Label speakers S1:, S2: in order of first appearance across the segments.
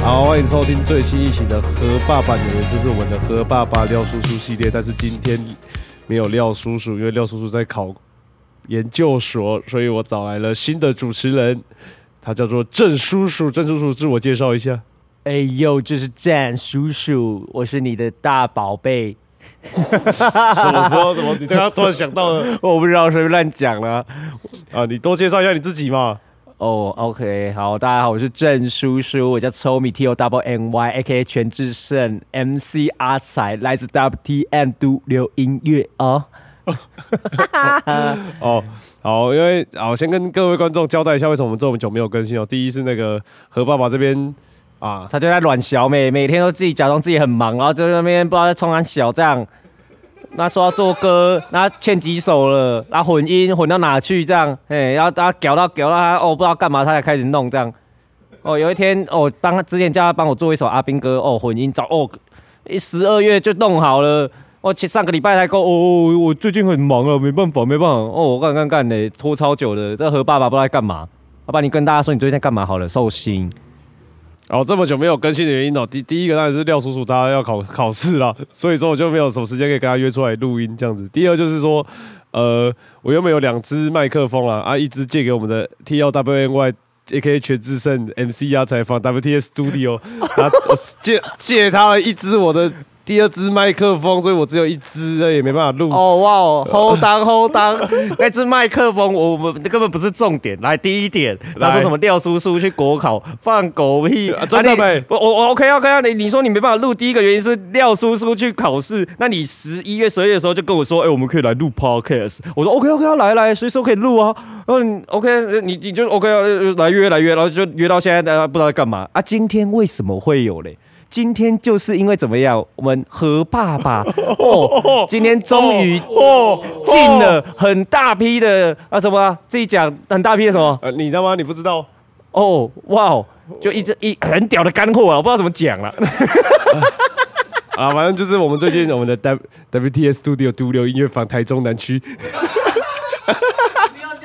S1: 好，欢迎收听最新一期的《何爸爸女人》，这是我们的《何爸爸廖叔叔》系列，但是今天没有廖叔叔，因为廖叔叔在考研究所，所以我找来了新的主持人，他叫做郑叔叔。郑叔叔自我介绍一下。
S2: 哎呦，这是战叔叔，我是你的大宝贝。
S1: 什么时候？怎么你对他突然想到了
S2: 哦我不知道谁乱讲了。
S1: 啊？你多介绍一下你自己嘛。
S2: 哦、o k 好，大家好，我是郑叔叔，我叫 Tommy T O W N Y A K A 全智胜 M C 阿才，来自 W T M 都流音乐哦。
S1: 哦，好，因为好，先跟各位观众交代一下，为什么我们这么久没有更新哦。第一是那个何爸爸这边啊，
S2: 他就在卵小美，每天都自己假装自己很忙，然后就在那边不知道在冲安小这样。那说要做歌，那欠几首了，那混音混到哪去这样？哎，然后他搞到搞到他哦，不知道干嘛，他才开始弄这样。哦，有一天哦，帮他之前叫他帮我做一首阿兵哥哦，混音早哦，十二月就弄好了。哦，前上个礼拜才够哦哦，我最近很忙啊，没办法没办法。哦，我干干干嘞，拖超久的，这何爸爸不知道在干嘛。爸爸，你跟大家说你最近在干嘛好了，寿星。
S1: 哦，这么久没有更新的原因哦，第第一个当然是廖叔叔他要考考试啦，所以说我就没有什么时间可以跟他约出来录音这样子。第二就是说，呃，我原本有两只麦克风啦，啊，一只借给我们的 T L W N Y。A K 全智胜 M C R 采访 W T S Studio，啊，我借借他了一支我的第二支麦克风，所以我只有一支，那也没办法录。
S2: 哦哇
S1: 呃
S2: 哦，Hold on Hold on，那 只麦克风我们根本不是重点。来，第一点，他说什么廖叔叔去国考放狗屁，
S1: 啊真的
S2: 啊你
S1: 没
S2: 我我我 OK 啊 OK 啊，你你说你没办法录，第一个原因是廖叔叔去考试，那你十一月、十二月的时候就跟我说，哎、我们可以来录 Podcast，我说 OK OK 啊，来来，随时都可以录啊。嗯，OK，你你就 OK 啊，呃来约来约，然后就约到现在，大家不知道在干嘛啊。今天为什么会有嘞？今天就是因为怎么样，我们何爸爸哦，今天终于
S1: 哦，
S2: 进了很大批的啊什么啊自己讲很大批的什么
S1: 呃，你他妈你不知道？
S2: 哦哇哦，就一直一很屌的干货啊，我不知道怎么讲了。
S1: 啊，反正就是我们最近我们的 W W T S Studio 独流音乐坊台中南区。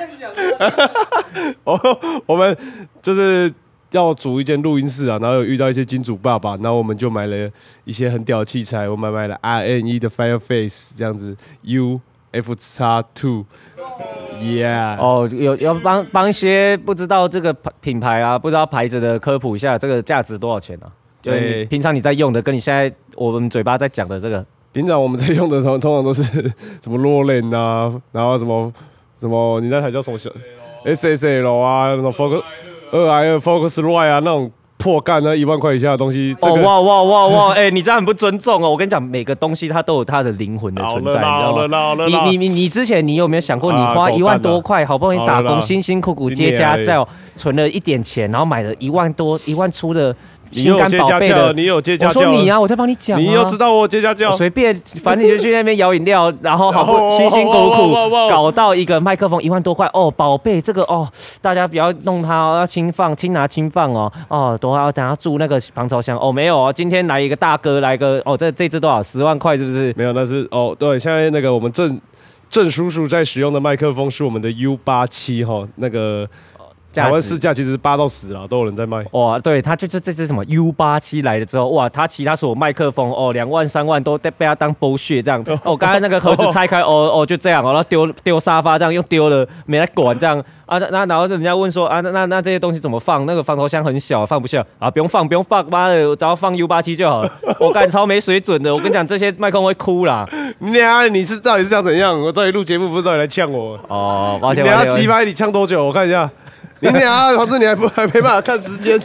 S1: 不要这样讲。哦，我们就是要组一间录音室啊，然后有遇到一些金主爸爸，然后我们就买了一些很屌的器材，我们买了 R N E 的 Fireface 这样子，U F X Two，Yeah，
S2: 哦，有要帮帮一些不知道这个牌品牌啊，不知道牌子的科普一下，这个价值多少钱啊？就
S1: 对
S2: 是平常你在用的，跟你现在我们嘴巴在讲的这个，
S1: 平常我们在用的通通常都是什么洛莲啊，然后什么什么你那台叫什么小 S S L 啊，那种 Focus 二 I 二 Focus Right 啊，那种破干啊，一万块以下的东西，这
S2: 哦
S1: 个、
S2: 哇哇哇哇，哎、你这样很不尊重哦！我跟你讲，每个东西它都有它的灵魂的
S1: 好
S2: 存
S1: 了
S2: 在，你知
S1: 啦，
S2: 道
S1: 好
S2: 吗
S1: 了？啦，好了
S2: 你
S1: 啦，
S2: 你你你之前你有没有想过，你
S1: 啊
S2: 花
S1: 狗
S2: 一
S1: 蛋
S2: 万
S1: 啊
S2: 多块，好不容易打
S1: 好了
S2: 工，
S1: 啦
S2: 辛辛苦苦
S1: 今年
S2: 接家
S1: 而已
S2: 教，存了一点钱，然后买了一万多一万出的
S1: 你
S2: 心
S1: 有
S2: 肝
S1: 接
S2: 宝
S1: 家
S2: 贝
S1: 教，
S2: 的。
S1: 你有接
S2: 我
S1: 家
S2: 说
S1: 教，
S2: 你啊，我在帮你讲、啊，
S1: 你又知道我接家教
S2: 我，随便，反正你就去那边摇饮料，然后好
S1: 哦
S2: 不辛辛苦苦
S1: 哇哇哇哇
S2: 搞到一个麦克风一万多块哦，宝贝，这个哦，大家不要弄它哦，要轻放，轻拿轻放哦，哦，等下等下住那个防潮箱哦，没有哦，今天来一个大哥，来一个哦，这这只多少十万块是不是？
S1: 没有，那是哦，对，现在那个我们郑郑叔叔在使用的麦克风是我们的 U 八七哈，那个
S2: 价值
S1: 台湾市价其实八到十啊，都有人在卖。
S2: 哇，对，他就是这只什么 U 八七来了之后，哇，他其他所有麦克风哦，两万三万都被他当 bullshit 这样。哦，刚才那个盒子拆开，哦哦就这样，哦，然后丢丢沙发这样，又丢了，没来管这样啊。那那然后人家问说啊，那那那这些东西怎么放？那个防头箱很小，放不下啊，不用放，不用放，妈的，我只要放 U 八七就好了。 我干超没水准的，我跟你讲，这些麦克风会哭啦。
S1: 娘，你是到底是想怎样？我找你录节目，不是找你来呛我？
S2: 哦，抱
S1: 你
S2: 歉，
S1: 娘
S2: 抱
S1: 七
S2: 歉。
S1: 百，你呛多久？我看一 下。你娘，黄志，你还不还没办法看时间？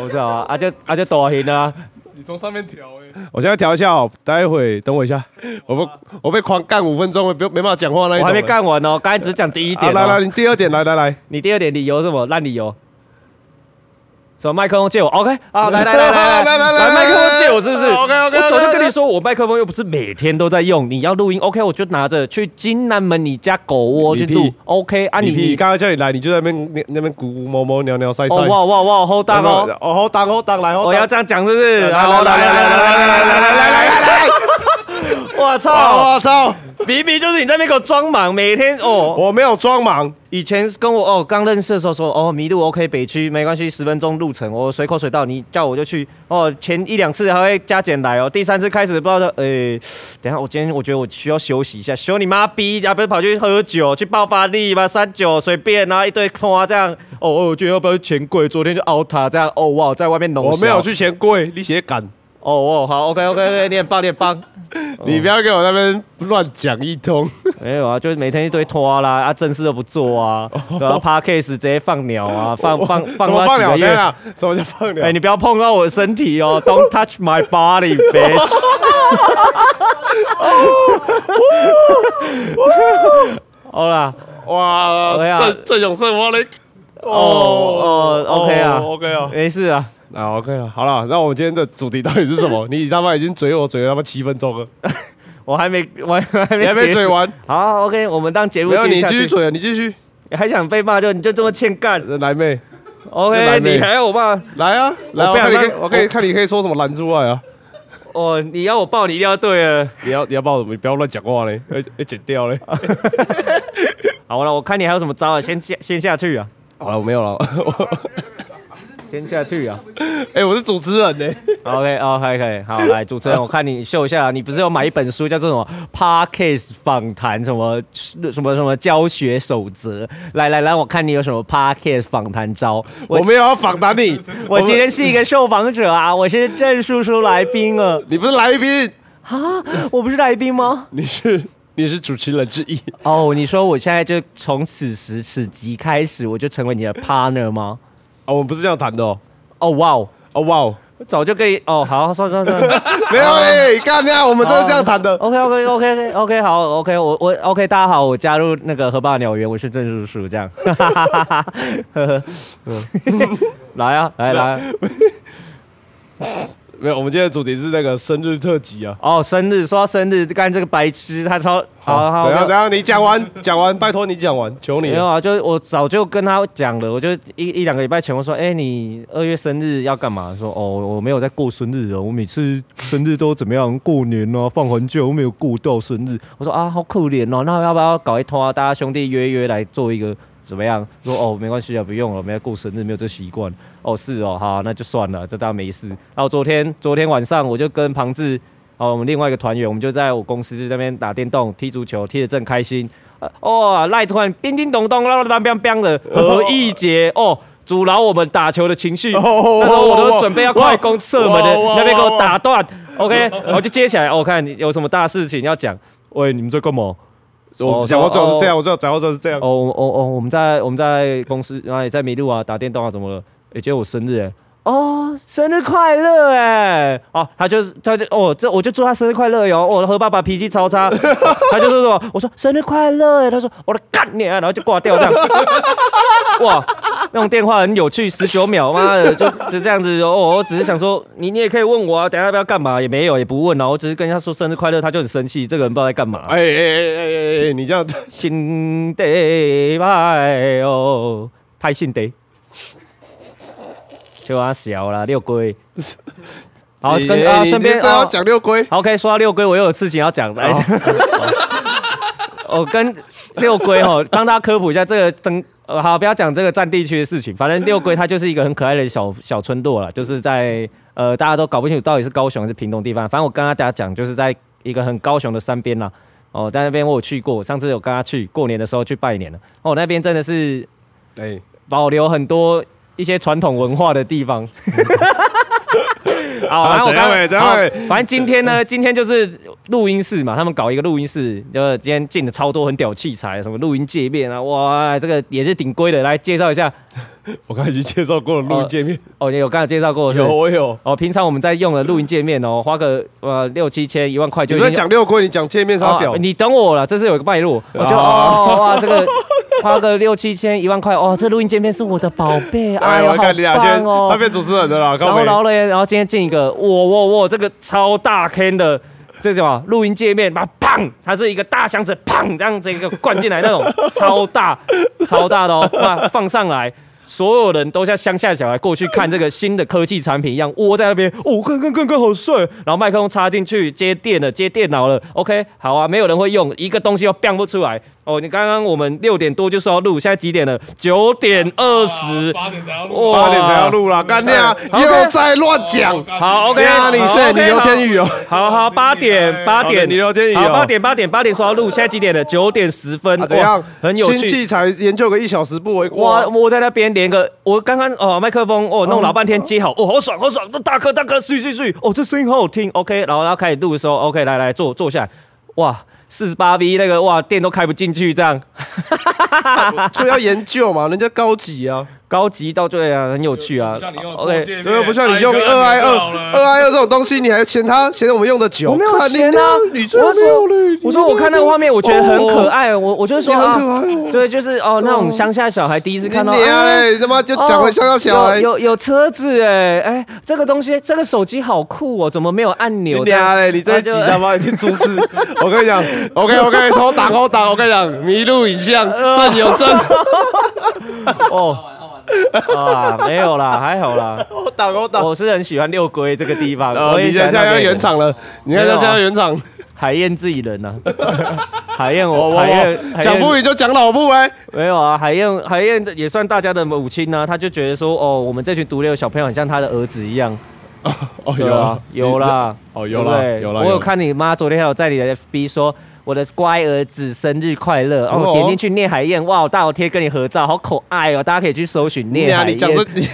S2: 我知道啊，啊就啊就抖音啊，
S3: 你从上面调哎、
S1: 我现在调一下哦，待会等我一下，我被我被狂干五分钟，我不没办法讲话那一
S2: 我
S1: 种。
S2: 还没干完哦，刚才只讲第一
S1: 啊。
S2: 点、哦
S1: 来来，你第二点，来来来，
S2: 你第二点理由是什么烂理由？什么麦克风借我？OK 啊，来来来来
S1: 来
S2: 来
S1: 来
S2: 来
S1: 来
S2: 来，麦克风借我是不是
S1: OK，OK，OK，
S2: 我早就跟
S1: OK，OK，OK
S2: 你说，我麦克风又不是每天都在用，你要录音 OK，我就拿着去金南门你家狗窝去
S1: 你屁
S2: 录 OK 啊，
S1: 啊
S2: 你
S1: 你你
S2: 你
S1: 刚刚叫你来，你就在那边那那边咕咕摸摸、聊聊塞塞。
S2: 哦哇哇哇，hold on 哦，
S1: 哦，好当好当来，好
S2: 我要
S1: 当。
S2: 这样讲是不是？
S1: 来来来来来来来来来来来来，
S2: 我操！
S1: 哦我操！
S2: 明明就是你在那边给我装忙，每天哦，
S1: 我没有装忙，
S2: 以前跟我哦刚认识的时候说哦迷路 OK 北区没关系，十分钟路程我随口随到，你叫我就去哦。前一两次还会加减来哦，第三次开始不知道说，诶、等一下我今天我觉得我需要休息一下，休你妈逼！啊，不是跑去喝酒，去爆发力嘛，三九随便，然后一堆拖这样。哦哦，我觉得要不要去钱柜？昨天就凹他这样，哦哇，在外面弄。
S1: 我没有。去钱柜，你写敢，
S2: 啊哦哦，好 OK OK OK，练棒 练棒。
S1: 你不要给我那边乱讲一通。
S2: 没有啊，就是每天一堆拖啦，啊，正事都不做啊，然后 p a r k a s 直接放鸟啊，放放
S1: 怎
S2: 放
S1: 么
S2: 他
S1: 放
S2: 几
S1: 了？
S2: 个
S1: 对
S2: 月。
S1: 啊，什么叫放
S2: 哎、
S1: 了？
S2: 你不要碰到我的身体哦，Don't touch my body, bitch。好啦，
S1: 哇
S2: 哎呀，
S1: 郑郑永胜，我嘞。哦
S2: 哦，OK 啊
S1: ，OK 啊，
S2: 没事啊，
S1: 啊 OK 了，好了，那我们今天的主题到底是什么？你他妈已经嘴我嘴了他妈七分 钟了，
S2: 我还没，我还我还没
S1: 你还没
S2: 结
S1: 嘴完？
S2: 好，OK，我们当节目
S1: 没有，
S2: 接
S1: 你
S2: 下
S1: 继续
S2: 去。
S1: 嘴啊，你继续，
S2: 还想被骂就你就这么欠干
S1: 来妹，
S2: ？OK，
S1: 来呗
S2: 你还要我骂？
S1: 来啊，来，
S2: 我
S1: 我
S2: 不
S1: 看
S2: 想
S1: 你可以
S2: 当，
S1: 我可以看你可以说什么拦出来啊？
S2: 哦，你要我抱你一定要对了。
S1: 你要你要报什么？你不要乱讲话嘞，要要剪掉嘞。
S2: 好了，我看你还有什么招啊？先下先下去啊，
S1: 好了，我没有了，我
S2: 先下去啊。
S1: 哎，我是主持人呢。
S2: OK 哦 OK OK，好，来主持人，我看你秀一下，你不是有买一本书叫做什么《Parkes 访谈》什么什么什么教学守则？来来来，我看你有什么 Parkes 访谈招。
S1: 我
S2: 我
S1: 没有要访谈你，
S2: 我今天是一个受访者 啊，我是郑叔叔来宾啊
S1: 你不是来宾，
S2: 啊，我不是来宾吗？
S1: 你是你是主持人之一。
S2: 哦，你说我现在就从此时此即开始，我就成为你的 partner 吗？
S1: 哦，我们不是这样谈的哦。
S2: 哦哇哦，
S1: 哦哇哦，
S2: 我早就跟你哦好，算算算。
S1: 没有嘞，干掉，我们真的这样谈的。
S2: OK OK OK OK 好 OK 我我 OK 大家好，我加入那个河坝鸟园，我是郑叔叔这样， 哈哈哈哈哈，来啊来来啊
S1: 没有，我们今天的主题是那个生日特辑啊。
S2: 哦生日说到生日，干这个白痴他超好好
S1: 怎样
S2: 好
S1: 怎样？你讲完讲完，拜托你讲完，求你
S2: 没
S1: 了。
S2: 有啊，就是我早就跟他讲了，我就一一两个礼拜前我说，哎、你二月生日要干嘛？说哦，我没有在过生日哦，我每次生日都怎么样过年啊，放很久，我没有过到生日。我说啊，好可怜哦，那要不要搞一通啊？大家兄弟约约来做一个怎么样？说哦，没关系啊，不用了，没在过生日，没有这习惯。哦，是哦，好，那就算了，这大家没事。然后昨天昨天晚上我就跟庞志。哦，我们另外一个团员，我们就在我公司那边打电动、踢足球，踢得正开心。呃哦，赖突然叮叮咚咚、啦啦啦啦啦的
S1: 哦
S2: 何一杰哦，阻挠我们打球的情绪。
S1: 哦
S2: 那时候我都准备要快攻射门的，那边给我打断。OK，我就接起来，哦我看你有什么大事情要讲。喂，你们在干嘛？
S1: 我讲话主要是这样，我讲话主要是这样。
S2: 哦哦哦，我们在我们在公司，然后也在迷路啊，打电动啊，怎么了？哎、今天我生日哎、哦，生日快乐哎！哦，他就是，他就哦，这我就祝他生日快乐哟。我、哦、和爸爸脾气超差， 他就说什么，我说生日快乐哎，他说我的干你啊，然后就挂掉这样。 哇，那种电话很有趣，十九秒，妈的，就就这样子哦。我只是想说，你你也可以问我啊，等一下要不要干嘛？也没有，也不问啊，我只是跟他说生日快乐，他就很生气，这个人不知道在干嘛。
S1: 哎哎哎哎哎哎，你这样
S2: 新地歹哦，歹 新地，就啊小啦，六龟。好，
S1: 你
S2: 跟
S1: 哎
S2: 啊
S1: 你
S2: 顺便
S1: 这要
S2: 啊
S1: 讲六龟。
S2: 好，OK，说到六龟，我又有事情要讲。 来，我跟六龟哦，帮大家科普一下这个争。呃，好，不要讲这个占地区的事情。反正六龟它就是一个很可爱的小小村落啦，就是在呃，大家都搞不清楚到底是高雄还是屏东地方。反正我跟大家讲，就是在一个很高雄的山边啦。哦，在那边我有去过，上次有跟他去过年的时候去拜年了。哦，那边真的是
S1: 哎，
S2: 保留很多一些传统文化的地 方。好，然后我
S1: 怎样
S2: 刚
S1: 欸怎样
S2: 好
S1: 欸
S2: 反正今天呢， 今天就是录音室嘛，他们搞一个录音室，就是今天进了超多很屌器材，什么录音界面啊，哇，这个也是顶规的。来介绍一下，
S1: 我刚才已经介绍过了录音界面，
S2: 哦，有刚才介绍过是不
S1: 有
S2: 是
S1: 我有。
S2: 哦，平常我们在用的录音界面哦，花个呃六七千一万块就
S1: 你
S2: 已
S1: 在
S2: 经
S1: 讲六龟，你讲界面差小
S2: 哦。你等我了，这是有一个脉 络，我就
S1: 哦
S2: 哦哇，这个花个六七千一万块，哦，这录音界面是我的宝贝，
S1: 哎，
S2: 哎呦，
S1: 我
S2: 好
S1: 看你俩先，
S2: 棒哦！
S1: 他变主持人的啦，
S2: 然
S1: 高
S2: 后，
S1: 美
S2: 然。后嘞，然后今天进一个，哇哇哇，这个超大坑的，这个什么录音界面，把它砰，它是一个 大箱子，砰，这样子一个灌进来那种，超大，超大的哦，哇，放上来，所有人都像乡下小孩过去看这个新的科技产品一样，窝在那边，哦，看看看看好帅。然后麦克风插进去接电了，接电脑了，OK，好啊，没有人会用，一个东西又变不出来。哦，你刚刚我们六点多就说要录，现在几点了？九点二十。
S3: 八点才要录，
S2: 哇
S1: 八点才要录啦，干你啊！
S2: 好
S1: 又在乱讲。
S2: 好，OK，
S1: 呀，你
S2: 好
S1: 是
S2: OK，
S1: 你刘
S2: 好
S1: 天宇哦，
S2: 好好，八点八
S1: 好的
S2: 点，
S1: 你聊天也
S2: 好，
S1: 有
S2: 八点八点八点说要录，现在几点了？九点十分
S1: 啊，，怎样
S2: 哇？很有
S1: 新
S2: 趣。
S1: 器材研究个一小时不为过
S2: 哇！
S1: 啊。
S2: 我在那边连个，我刚刚哦麦克风
S1: 嗯
S2: 哦弄老半天接好，哦好爽好爽，大哥大哥睡睡睡，哦这声音好好听，OK，然后然后开始录的时候，OK 来来坐坐下来，哇四十八 V 那个哇电都开不进去，这样
S1: 所以要研究嘛，人家高级啊。
S2: 高级到对啊很有趣啊
S3: 像你用
S2: ，OK
S1: 对，不像你用二 i 二二 i 二这种东西，你还嫌它嫌我们用的久？
S2: 我没有
S1: 看你
S2: 嫌啊
S1: 那你最
S2: 我
S1: 没有嘞。
S2: 我说我看那个画面，我觉得很
S1: 哦，
S2: 可爱，我我就说
S1: 你
S2: 啊
S1: 很可爱哦，
S2: 对，就是哦那种乡下小孩第一次
S1: 你
S2: 看到，
S1: 你啊
S2: 哎
S1: 嘞，他妈就讲回乡下小孩。
S2: 有有有车子哎哎，这个东西这个手机好酷哦，怎么没有按钮？
S1: 你哎俩嘞，你这一集他妈已经出事！我跟你讲，OK OK，从打勾打，我跟你讲，迷路影 像战有胜，
S2: 哦。啊，没有啦，还好 啦。
S1: 我打勾打。
S2: 我是很喜欢六龟这个地方，
S1: 呃，
S2: 我
S1: 你
S2: 也喜
S1: 现
S2: 欢
S1: 在
S2: 那
S1: 要
S2: 边
S1: 圆场了，你看
S2: 没有
S1: 现
S2: 啊
S1: 在要圆场，
S2: 海燕自己 人呐、海燕我
S1: 我
S2: 海燕
S1: 我讲不
S2: 海燕
S1: 赢就讲老布哎，
S2: 没有啊，海燕海燕也算大家的母亲呐、啊，她就觉得说哦，我们这群独立的小朋友很像她的儿子一样，
S1: 哦
S2: 对啊，有，啦，
S1: 哦有
S2: 对
S1: 啦
S2: 不对
S1: 有啦，
S2: 我有看你妈昨天还有在你的 FB 说我的乖儿子生日快乐，然后
S1: 哦
S2: 我点进去聂海燕，哇，大头贴跟你合照，好可爱哦，大家可以去搜寻
S1: 你
S2: 聂
S1: 啊，
S2: 海
S1: 你
S2: 燕，
S1: 讲这你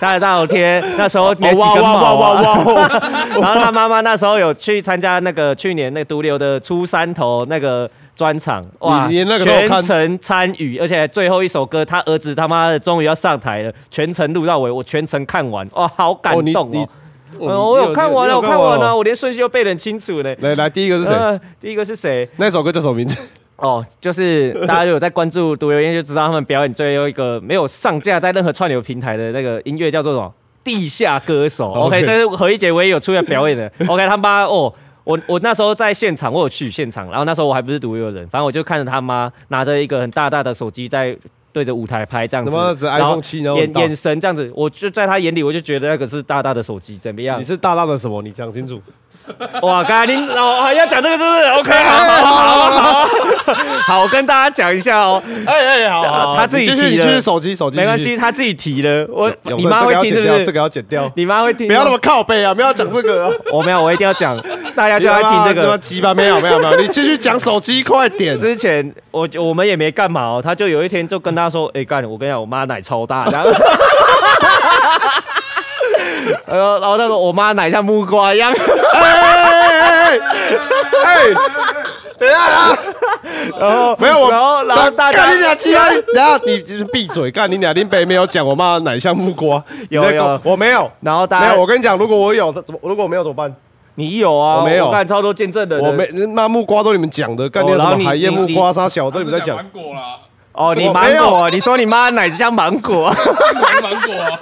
S2: 他的大头贴，那时候
S1: 哇
S2: 连几
S1: 哇
S2: 根
S1: 哇
S2: 毛
S1: 哇
S2: 啊。
S1: 哇哇！
S2: 然后他妈妈那时候有去参加那个去年那个毒瘤的出山头那个专场，哇，
S1: 你连那个都有看
S2: 全程参与，而且最后一首歌他儿子他妈的终于要上台了，全程录到尾，我全程看完，哇，好感
S1: 哦你
S2: 动
S1: 你
S2: 哦。呃我有看完了，我看完了，。我连顺序都背得很清楚呢。
S1: 来来，第哦一个是谁？
S2: 呃，第一个是谁？
S1: 那首歌叫什么名字？
S2: 哦，就是大家有在关注读留言，就知道他们表演最后一个没有上架在任何串流平台的那个音乐叫做什么？地下歌手。
S1: OK
S2: OK，这是何一杰唯一有出来表演的。OK，他妈哦。我我那时候在现场，我有去现场，然后那时候我还不是独留人，反正我就看着他妈拿着一个很大大的手机在对着舞台拍这样子，
S1: 他妈只
S2: 然后
S1: iPhone 七，然后很
S2: 眼
S1: 大
S2: 眼神这样子，我就在他眼里我就觉得那个是大大的手机，怎么样
S1: 你？是大大的什么？你讲清楚。
S2: 哇，刚才您哦还要讲这个是不是？OK，好好好好好好，好，我跟大家讲一下哦，
S1: 哎哎，好
S2: 他自己
S1: 继续，
S2: 提
S1: 你
S2: 的
S1: 继续手机手机，
S2: 没关系，
S1: 继续。
S2: 他自己提的，我
S1: 永
S2: 你
S1: 生
S2: 妈
S1: 这
S2: 会
S1: 个要
S2: 听
S1: 剪
S2: 是
S1: 掉，
S2: 不
S1: 这
S2: 是？
S1: 个要剪掉，
S2: 你妈会听吗，
S1: 不要那么靠背啊！不要讲这个啊，
S2: 我没有，我一定要 讲， 大家就要听这
S1: 他妈
S2: 个。
S1: 鸡巴没有没有没有，你继续讲手机，快点。
S2: 之前我我们也没干嘛哦，他就有一天就跟他说，哎、干，我跟你讲，我妈奶超大，然后。呃， 然后他说我妈奶像木瓜一样，
S1: 哎哎哎哎！等一下啊！
S2: 然后
S1: 没有我，
S2: 然后然后大家
S1: 干你俩鸡巴，你等下你就是闭嘴！干你俩林北没有讲我妈奶像木瓜，
S2: 有
S1: 你在跟我
S2: 有
S1: 我没有。
S2: 然后大
S1: 没
S2: 家
S1: 有，我跟你讲，如果我有，怎么如果我没有怎么办？
S2: 你有啊，
S1: 我没有
S2: 干超多见证人的，
S1: 我没那木瓜都你们讲的，干你
S2: 哦
S1: 什
S2: 然后
S1: 么
S2: 你
S1: 海燕
S2: 你
S1: 木
S2: 你
S1: 瓜沙小，
S3: 我
S1: 都你们在讲。
S3: 芒果啦，
S2: 哦，你
S1: 我
S2: 芒
S1: 没有
S2: 果，你说你妈奶子像芒果，
S3: 芒果啊，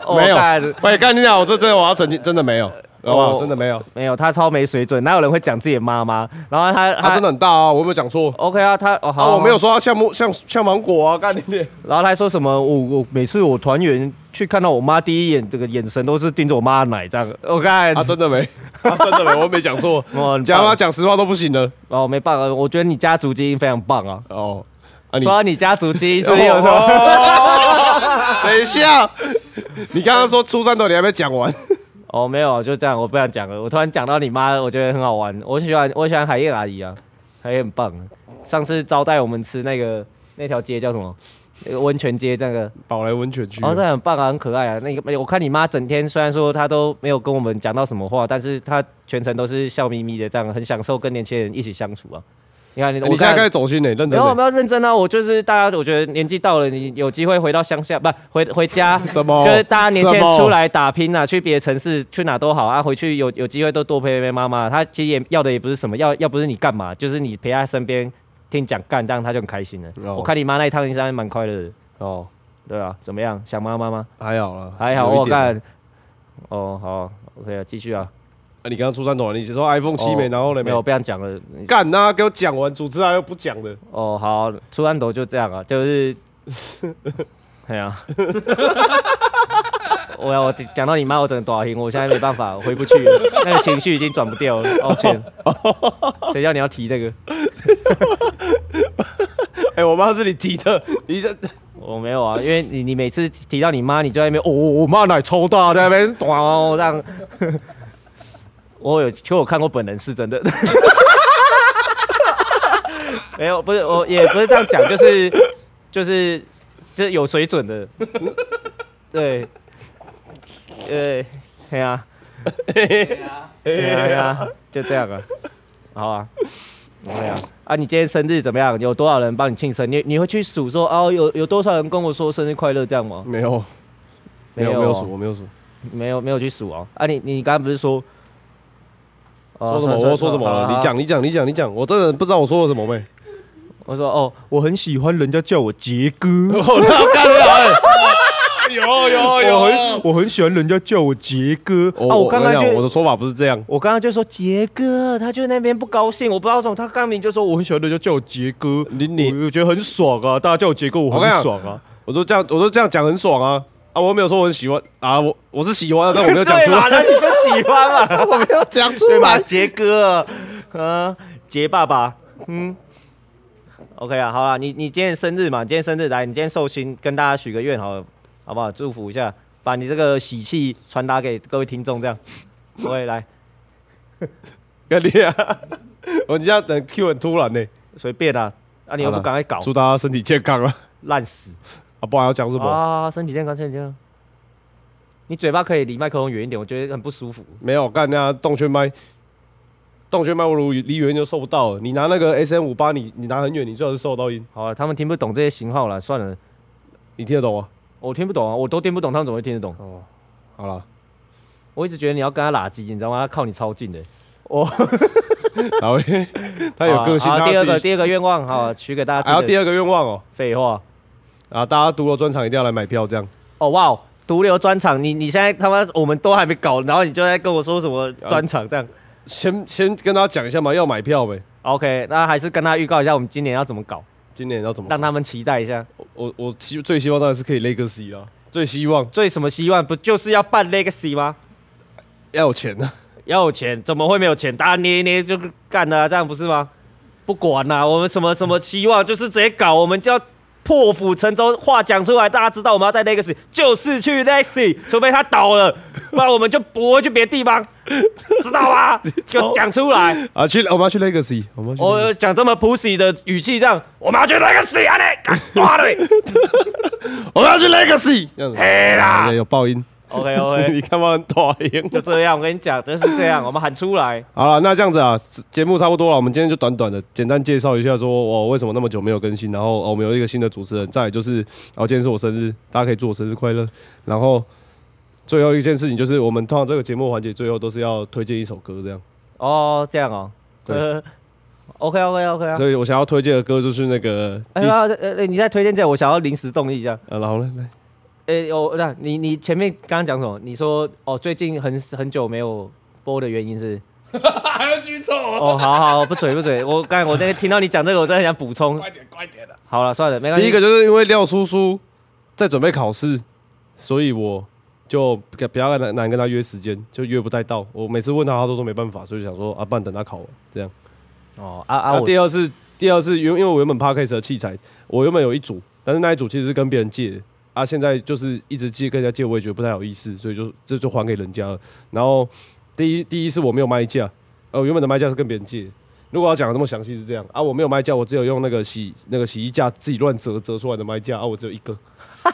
S2: 哦
S1: 没有
S2: 干，
S1: 喂，干你俩，我这真的我要澄清，真的没有，好不好？
S2: 哦
S1: 真的没有，
S2: 没有，他超没水准，哪有人会讲自己的妈妈？然后他
S1: 它真的很大啊，我有没有讲错？
S2: OK 啊，他哦好
S1: 啊，我没有，
S2: 好
S1: 说它像木像像芒果啊，干你俩。
S2: 然后他还说什么我我每次我团员去看到我妈第一眼这个眼神都是盯着我妈的奶这样，OK，
S1: 啊，真的没， 啊，真的没，我没讲 错。
S2: 哦
S1: 讲啊，
S2: 啊，
S1: 讲实话都不行了。
S2: 哦没办法，我觉得你家族基因非常棒啊。
S1: 哦，啊
S2: 说到你家族基因是
S1: 哦
S2: 不是有什么？
S1: 哦 等一下，你刚刚说初三头，你还没讲完。
S2: 哦没有，就这样，我不想讲了。我突然讲到你妈，我觉得很好玩，我喜欢我喜欢海燕阿姨啊，海燕很棒。上次招待我们吃那个那条街叫什么？那个温泉街那个。
S1: 宝来温泉区，
S2: 哦，这很棒啊，很可爱啊。那个我看你妈整天虽然说她都没有跟我们讲到什么话，但是她全程都是笑眯眯的，这样很享受跟年轻人一起相处啊。你看，你
S1: 哎你
S2: 我
S1: 现在
S2: 看
S1: 开始走心嘞，认真
S2: 没有，我
S1: 的。
S2: 们要认真啊！我就是大家，我觉得年纪到了，你有机会回到乡下， 不回回 家，
S1: 什么？
S2: 就是大家年轻
S1: 什
S2: 人
S1: 么
S2: 出。来打拼啊，去别的城市去哪都好啊，回去有有机会都多陪陪妈妈。她其实也要的也不是什么，要要不是你干嘛，就是你陪她身边听讲干，这样她就很开心了。
S1: 哦
S2: 我看你妈那一趟应该蛮快乐的，
S1: 哦，
S2: 对啊，怎么样？想妈妈吗？
S1: 还好了，
S2: 还好
S1: 有一
S2: 我
S1: 点。
S2: 干。哦，好，OK 啊，继续啊。
S1: 啊你刚刚初三头啊，你只说 iPhone 七没，
S2: 哦
S1: 然后嘞
S2: 没有，我不想讲了。
S1: 干呐，给我讲完，主持人又不讲的。
S2: 哦，好，初安头就这样啊，就是哎呀、 我要我讲到你妈，我整个短音，我现在没办法，我回不去了，那个情绪已经转不掉了，抱 歉。谁叫你要提这个？
S1: 哎、我妈是你提的，你这
S2: 我没有啊，因为你你每次提到你妈，你就在那边哦，我妈奶超大，在那边短哦这样。 我有，其实我看过本人是真的。 没有，不是我也不是这样讲，就是就是就是有水准的，对，对，对啊呀，
S1: 哎
S2: 对哎呀，对呀，就这样啊，好啊。对啊，啊，你今天生日怎么样？有多少人帮你庆生？你你会去数说哦，有有多少人跟我说生日快乐这样吗？
S1: 没有没有没
S2: 没
S1: 有
S2: 有哦
S1: 数，我没有数，
S2: 没有没有去数哦。啊，你你刚刚不是说、哦
S1: 说什么我说什么了？你？
S2: 算算好好好
S1: 讲你讲你讲你讲，我真的不知道我说了什么妹。
S2: 我说哦，我很喜欢人家叫我杰哥，
S1: 我要干 了、哎欸，有有
S2: 我很我很喜欢人家叫我杰哥。
S1: 我
S2: 啊，
S1: 我
S2: 我刚刚
S1: 跟你讲我
S2: 就
S1: 的说法不是这样，
S2: 我刚刚就说杰哥，他就那边不高兴，我不知道怎么，他刚明就说我很喜欢人家叫我杰哥，
S1: 你你
S2: 我我觉得很爽啊，大家叫我杰哥我
S1: 我跟你讲
S2: 很爽啊。
S1: 我说这样我说这样讲很爽啊啊！我又没有说我很喜欢啊，我我是喜欢啊，但我没有讲出
S2: 对嘛
S1: 来，
S2: 那你就喜欢嘛。
S1: 我没有讲出
S2: 对吧？。 杰哥，嗯，杰爸爸，嗯，OK 啊，好啦，你你今天生日嘛，你今天生日来，你今天寿星跟大家许个愿好了，好不好？祝福一下，把你这个喜气传达给各位听众，这 样。OK，来，
S1: 干你啊！ 我你这样等 Q 很突然呢、
S2: 随便啦、啊，那、你又不赶快搞，
S1: 祝大家身体健康啊！
S2: 烂死
S1: 啊，不然要讲什么？
S2: 啊！身体健康，身体健康。你嘴巴可以离麦克风远一点，我觉得很不舒服。
S1: 没有干那动圈麦，动圈麦我如离远就收不到了。你拿那个 S M 五八，你你拿很远，你最好是收到音。
S2: 好了，他们听不懂这些型号了，算了，
S1: 你听得懂吗？
S2: 我听不懂啊，我都听不懂，他们怎么会听得懂？
S1: 好了，
S2: 我一直觉得你要跟他拉鸡，你知道吗？他靠你超近的。
S1: 然后 他有个性，
S2: 好好
S1: 他
S2: 第二
S1: 自己
S2: 个第二个愿 望，好，许给大家。
S1: 还有第二个愿望哦，
S2: 废话。
S1: 啊，大家读了专场一定要来买票，这样
S2: 哦哇哦，毒瘤专场，你你现在他妈我们都还没搞，然后你就在跟我说什么专场这样。
S1: 先先跟大家讲一下嘛，要买票呗。
S2: OK，那还是跟他预告一下我们今年要怎么搞，
S1: 今年要怎么？
S2: 让他们期待一下。
S1: 我我我希最希望当然是可以 Legacy 啊，最希望
S2: 最什么希望不就是要办 Legacy 吗？
S1: 要有钱啊，
S2: 要有钱，怎么会没有钱？大家捏一捏就干了、啊这样不是吗？不管啦、我们什么什么希望，就是直接搞，我们就要破釜沉舟。话讲出来，大家知道我们要在 Legacy，就是去 Legacy，除非他倒了，不然我们就不会去别的地方，知道吗？ 就讲出来，
S1: 啊，去我们要去 Legacy，我们要去 Legacy
S2: 我讲这么 pussy 的语气，这样我们要去 Legacy 啊，你哎干大嘞
S1: 我们要去 Legacy，这样子，
S2: 嘿啦
S1: 啊有爆音，
S2: ，OK OK，
S1: 你看嘛，很讨厌。
S2: 就这样，我跟你讲，就是这样，我们喊出来。
S1: 好了，那这样子啊，节目差不多了，我们今天就短短的简单介绍一下，说我为什么那么久没有更新，然后、哦、我们有一个新的主持人，再来就是，哦，今天是我生日，大家可以祝我生日快乐。然后最后一件事情就是，我们通常这个节目环节最后都是要推荐一首歌，这样。
S2: 哦，这样哦，
S1: 对
S2: 呃，OK OK OK 啊。
S1: 所以我想要推荐的歌就是那个，
S2: 哎呀，呃呃，你在推荐这，我想要临时动议一下。
S1: 呃，然后呢，来
S2: 呃，有那，你你前面刚刚讲什么？你说哦，最近很很久没有播的原因是？
S3: 还要举手哦，
S2: 哦，好好，不嘴不嘴。我刚才我在听到你讲这个，我真的很想补充。
S3: 快点快点啊的，
S2: 好了，算了，没关系。
S1: 第一个就是因为廖叔叔在准备考试，所以我就不不要难难跟他约时间，就约不太到。我每次问他，他都说没办法，所以想说啊，不然等他考完这样。
S2: 哦啊啊，
S1: 啊，
S2: 我
S1: 第二是第二是因为因为我原本 podcast 的器材，我原本有一组，但是那一组其实是跟别人借的啊，现在就是一直借跟人家借，我也觉得不太好意思，所以就这就还给人家了。然后第一第一是我没有麦架，呃，我原本的麦架是跟别人借的。如果要讲的这么详细是这样啊，我没有麦架，我只有用那个洗那个洗衣架自己乱折折出来的麦架啊，我只有一个。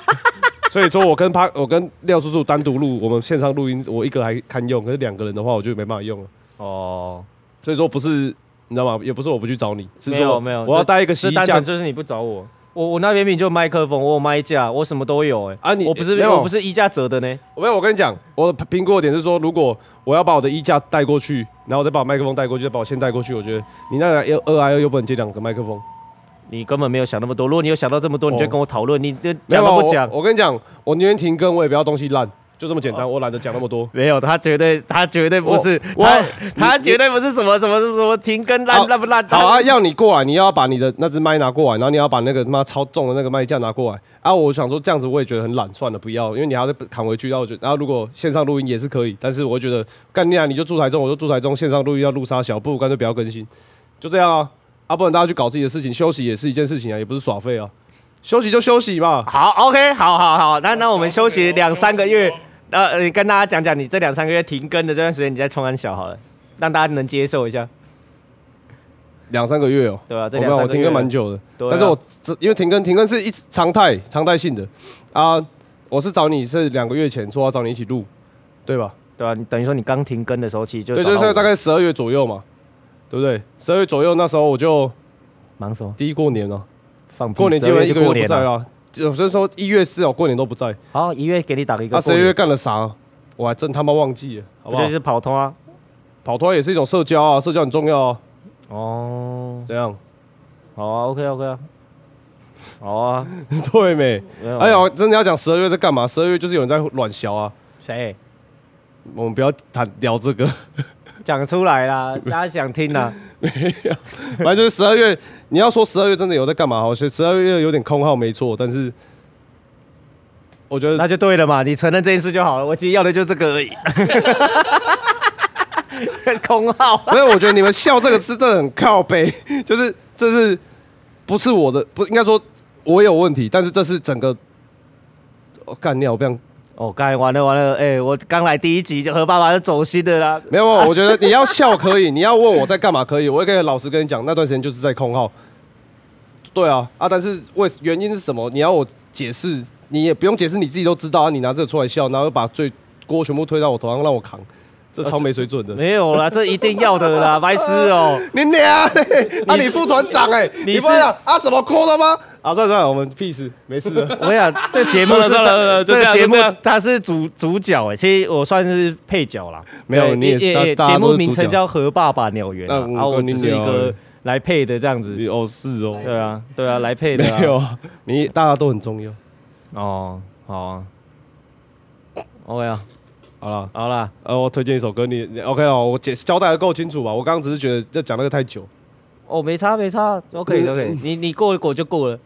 S1: 所以说我跟他，我跟廖叔叔单独录，我们线上录音，我一个还堪用，可是两个人的话，我就没办法用了。
S2: 哦，
S1: 所以说不是你知道吗？也不是我不去找你，是
S2: 没有
S1: 说
S2: 没有
S1: 我要带一个洗
S2: 这
S1: 衣
S2: 单
S1: 架
S2: 纯就是你不找我。我我那边明明就有麦克风，我有麦架，我什么都有哎、
S1: 啊你
S2: 我不是
S1: 没有
S2: 我不是衣架折的呢。
S1: 没有，我跟你讲，我的评估的点是说，如果我要把我的衣架带过去，然后我再把麦克风带过去，再把我线带过去，我觉得你那个二 I 又不能接两个麦克风。
S2: 你根本没有想那么多。如果你有想到这么多，你就
S1: 哦
S2: 跟我讨论。你你
S1: 没有
S2: 讲都不啊
S1: 我
S2: 讲，
S1: 我跟你讲，我宁愿停更，我也不要东西烂。就这么简单，我懒得讲那么多。
S2: 没有，他绝对，他绝对不是，
S1: 我
S2: 他
S1: 我
S2: 他绝对不是什么什么什么什么停更烂
S1: 好
S2: 烂不烂。
S1: 好啊，要你过来，你要把你的那只麦拿过来，然后你要把那个妈超重的那个麦架拿过来啊！我想说这样子我也觉得很懒，算了，不要，因为你还要再扛回去。然后我觉得，然后如果线上录音也是可以，但是我会觉得干你啊，你就住台中，我就住台中，线上录音要录沙小，不如干脆不要更新，就这样啊！啊，不然大家去搞自己的事情，休息也是一件事情啊，也不是耍废啊，休息就休息嘛。
S2: 好，OK，好好好，那那我们休息两三个月
S3: 休息哦，
S2: 呃，你跟大家讲讲你这两三个月停更的这段时间你在冲安小好了，让大家能接受一下，
S1: 两三个月哦、
S2: 对吧？这
S1: 我没
S2: 两
S1: 有，
S2: 三
S1: 我
S2: 个
S1: 停
S2: 月
S1: 更蛮久的，
S2: 对啊
S1: 但是我这因为停更停更是一直常态常态性的啊，我是找你是两个月前说要找你一起录，对吧？
S2: 对啊吧？你等于说你刚停更的时候，其实就
S1: 对，
S2: 找
S1: 就
S2: 到
S1: 是
S2: 我
S1: 大概十二月左右嘛，对不对？十二月左右那时候我就
S2: 忙什么？
S1: 第一过年了，
S2: 放屁
S1: 过年基本上一个月
S2: 12就
S1: 都
S2: 过
S1: 不
S2: 年
S1: 在
S2: 了，
S1: 了，有些时候一月四哦过年都不在，
S2: 好，一月给你打个一
S1: 那
S2: 个
S1: 啊十
S2: 过
S1: 二
S2: 年，
S1: 月干了啥？我还真他妈忘记了，好
S2: 不
S1: 不好
S2: 就？是跑通啊？
S1: 跑团也是一种社交啊，社交很重要啊，
S2: 哦，
S1: 怎样？
S2: 好啊，OK OK 啊，好啊，
S1: 对没？
S2: 没有啊
S1: 哎呀，真的要讲十二月在干嘛？十二月就是有人在乱小啊，
S2: 谁
S1: 我们不要谈聊这个。
S2: 讲出来啦？大家想听啦？
S1: 反正就是十二月，你要说十二月真的有在干嘛？好，十二月有点空号没错，但是我觉得
S2: 那就对了嘛，你承认这件事就好了。我其实要的就这个而已。 空号，
S1: 没有，我觉得你们笑这个字真的很靠背， 就是这是不是我的？不应该说我有问题，但是这是整个我干掉，我不想
S2: 哦，刚才完了完了，哎、我刚来第一集就和爸爸就走心的啦。
S1: 没有，没有我觉得你要笑可以，你要问我在干嘛可以，我也可以老实跟你讲，那段时间就是在空号。对啊，啊，但是为原因是什么？你要我解释，你也不用解释，你自己都知道啊。你拿这个出来笑，然后又把罪锅全部推到我头上让我扛，这超没水准的。
S2: 没有啦，这一定要的啦，白痴哦、
S1: 你娘、欸！啊，你副团长哎、
S2: 你
S1: 你不
S2: 是
S1: 会啊啊什么哭了吗？啊，算了算了，我们 peace，没事 了。
S2: 我想这节目 是
S1: 算了算了算了就
S2: 这
S1: 这
S2: 个
S1: 样
S2: 节
S1: 就
S2: 目
S1: 这样
S2: 他是主主角哎、其实我算是配角啦。
S1: 没有
S2: 对
S1: 你也是大大家
S2: 节
S1: 都
S2: 目
S1: 是
S2: 名
S1: 主角
S2: 称叫《和爸爸鸟园》啊，
S1: 那我
S2: 然后我
S1: 跟你
S2: 只是一
S1: 聊
S2: 个来配的这样子。
S1: 哦，是哦，
S2: 对啊，对啊，来配的、啊。
S1: 没有，你大家都很重要。
S2: 哦，好啊。OK 啊，
S1: 好了，
S2: 好啦，
S1: 呃，我推荐一首歌，你你 OK 哦，我解交代的够清楚吧？我刚刚只是觉得这讲那个太久，
S2: 哦，没差没差，OK
S1: 嗯
S2: OK，你你过一过就过了。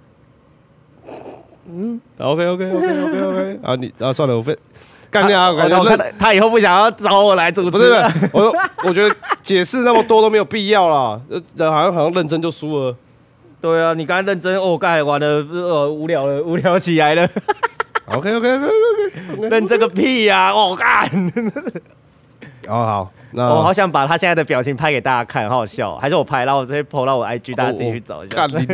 S1: OK OK OK OK OK，啊你啊算了，我非干掉啊！我感
S2: 哦我
S1: 觉
S2: 看到他以后不想要找我来主
S1: 不是
S2: 持了。
S1: 不是，我我觉得解释那么多都没有必要啦，呃好像好像认真就输了。
S2: 对啊，你刚才认真哦，刚才玩的呃无聊了，无聊起来了，
S1: OK OK OK OK，
S2: 认真个屁呀、我、干，
S1: 哦好，那
S2: 我好想把他现在的表情拍给大家看，好好笑，哦还是我拍，然后我直接 PO 到我 IG，大家自己去找一下
S1: 干。你你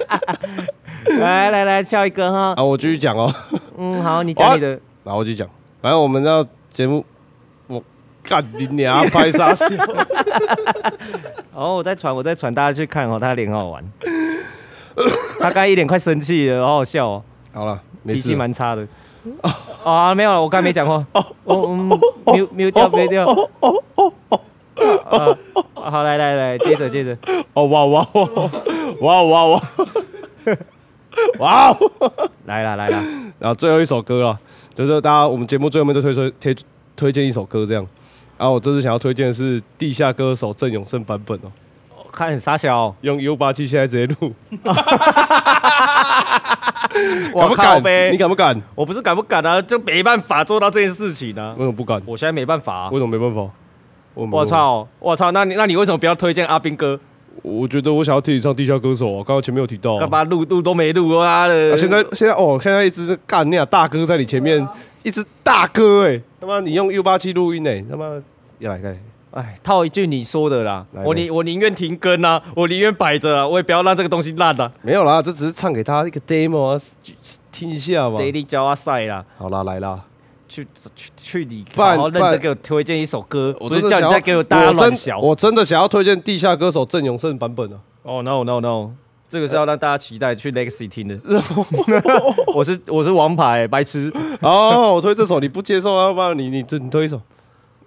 S2: 来来来，笑一个哈，
S1: 啊！我继续讲哦，
S2: 嗯，好，你讲你的，
S1: 然后我继续讲，反正我们要节目，我干你娘拍啥笑？
S2: 哦，我在传，我在传，大家去看哦，他脸很好玩，他刚才一脸快生气了，好好笑哦。
S1: 好了，没
S2: 脾
S1: 事
S2: 气
S1: 了。
S2: 蛮差的。哦啊，没有了，我刚才没讲话。
S1: 哦
S2: 我嗯，没没掉，没掉。哦哦哦哦！好，来来来，接着接着。
S1: 哦哇哇哇哇哇哇！ 哇哦！
S2: 来啦来啦，
S1: 然后最后一首歌啦，就是大家我们节目最后面都推推推推荐一首歌这样。然后我这次想要推荐的是地下歌手郑永胜版本哦，
S2: 看很傻小，
S1: 用 U 八七现在直接录，敢
S2: 我
S1: 不
S2: 靠
S1: 敢？你
S2: 呗！
S1: 敢不敢？
S2: 我不是敢不敢啊，就没办法做到这件事情啊
S1: 为。什么不敢？
S2: 我现在没办法啊
S1: 为。什么没办法？为什么没办法
S2: 我！操！我操！那你那你为什么不要推荐阿斌哥？
S1: 我觉得我想要自己唱地下歌手啊，刚刚前面有提到啊、
S2: 干嘛录录都没录啊
S1: 啊
S2: 的。
S1: 现在现在哦，现在一只干你啊大哥在你前面，一只大哥哎、他妈你用 U 八七录音哎、他妈也来看。
S2: 哎，套一句你说的啦，
S1: 来
S2: 我宁我宁愿停更啊，我宁愿摆着啊，我也不要让这个东西烂啊。
S1: 没有啦，这只是唱给他一个 demo 啊，听一下嘛。
S2: Daily 教阿赛啦。
S1: 好啦，来啦，
S2: 去去去你
S1: 不然
S2: 好好认
S1: 不
S2: 真
S1: 然
S2: 给我推荐一首歌，
S1: 我
S2: 不是
S1: 真的
S2: 叫你
S1: 想
S2: 再
S1: 要
S2: 给我大家
S1: 我
S2: 乱
S1: 真
S2: 想。
S1: 我真的想要推荐地下歌手郑永胜版本啊。
S2: 哦、no no no，这个是要让大家期待去 Legacy 听的。我是我是王牌、白痴。
S1: 哦，我推这首你不接受啊，要不然你你你推一首。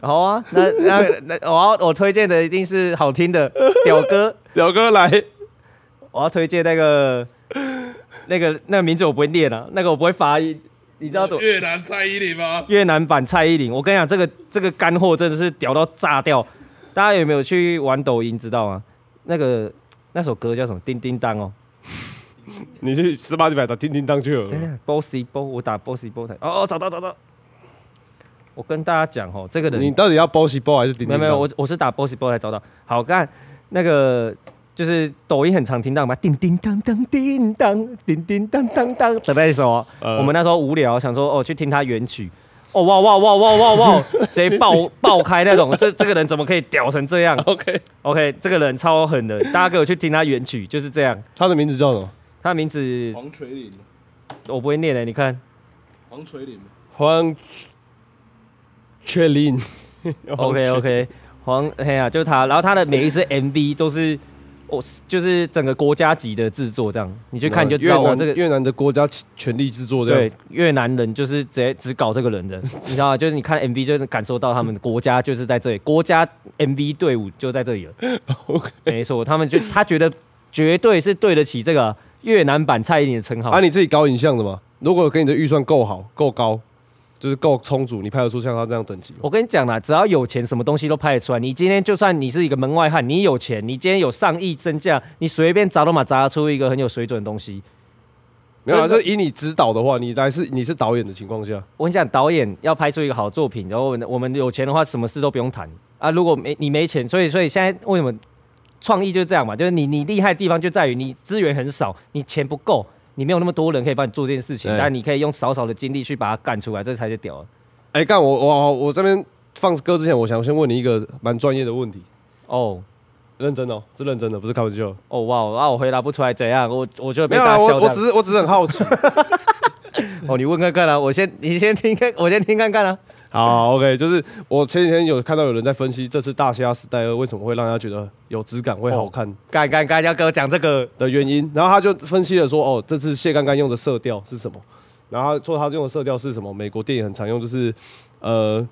S2: 好啊，那那那我要我推荐的一定是好听的屌歌，
S1: 表哥来，
S2: 我要推荐那个那个那个名字我不会念啊，那个我不会发音，你知道怎么？
S3: 哦越南蔡依林啊吗？
S2: 越南版蔡依林，我跟你讲，这个这个干货真的是屌到炸掉。大家有没有去玩抖音？知道吗？那个那首歌叫什么？叮叮当哦，
S1: 你去 Spotify 打叮叮当去
S2: 等一
S1: 了。
S2: 下，bossy bo，我打 bossy bo 台，哦哦，找到找到。我跟大家讲哦，这个人
S1: 你到底要包喜包还是叮叮
S2: 没有
S1: 当？
S2: 没有，我我是打 bossy boy 才找到。好，看那个就是抖音很常听到嘛，叮叮当当叮当，叮叮当当当的那一首哦、
S1: 呃
S2: 我们那时候无聊，想说哦去听他原曲，哦哇哇哇哇哇哇， 直接爆爆开那种，这这个人怎么可以屌成这样
S1: OK，
S2: ？OK，这个人超狠的，大家给我去听他原曲，就是这样。
S1: 他的名字叫什么？
S2: 他的名字
S3: 黄垂玲，
S2: 我不会念的，你看
S3: 黄垂 玲，
S1: 黄雀林。 哦
S2: OK OK，黄黑啊，就是他。然后他的每一
S1: 嗯
S2: 次 MV 都是，哦，就是整个国家级的制作，这样你去看你就知道，
S1: 越
S2: 哇，
S1: 南
S2: 这个
S1: 越南的国家全力制作这样
S2: 对。越南人就是直接只搞这个 人的，你知道吗？就是你看 MV 就能感受到他们的国家就是在这里，国家 MV 队伍就在这里了。
S1: OK，
S2: 没错，他们就他觉得绝对是对得起这个越南版蔡依林的称号。
S1: 啊，你自己搞影像的嘛？如果给你的预算够好、够高，就是够充足，你拍得出像他这样等级吗？
S2: 我跟你讲啦，只要有钱，什么东西都拍得出来。你今天就算你是一个门外汉，你有钱，你今天有上亿身价，你随便砸都嘛砸得出一个很有水准的东西。
S1: 没有啊，
S2: 真
S1: 就
S2: 的
S1: 以你指导的话，你来是你是导演的情况下，
S2: 我跟你讲，导演要拍出一个好作品，然后我们我们有钱的话，什么事都不用谈啊。如果没你没钱，所以所以现在为什么创意就是这样嘛？就是你你厉害的地方就在于你资源很少，你钱不够，你没有那么多人可以帮你做这件事情
S1: 对，
S2: 但你可以用少少的精力去把它干出来，这才是屌的。
S1: 哎、干我我我这边放歌之前，我想先问你一个蛮专业的问题，
S2: 哦
S1: 认真哦，是认真的，不是开玩笑。
S2: 哦哇，那我回答不出来怎样？我我就
S1: 没
S2: 被
S1: 有
S2: 大
S1: 啊，
S2: 家笑
S1: 我
S2: 这
S1: 我
S2: 样
S1: 只是我只是很好奇。
S2: 哦，你问看看啊，我先你先听看，我先听看看啊。
S1: 好，OK，就是我前几天有看到有人在分析这次《大虾时代二》为什么会让大家觉得有质感、会好看
S2: 干干干，要跟我讲这个，
S1: 的原因，然后他就分析了说，哦，这次谢刚刚用的色调是什么？然后他说他用的色调是什么？美国电影很常用，就是呃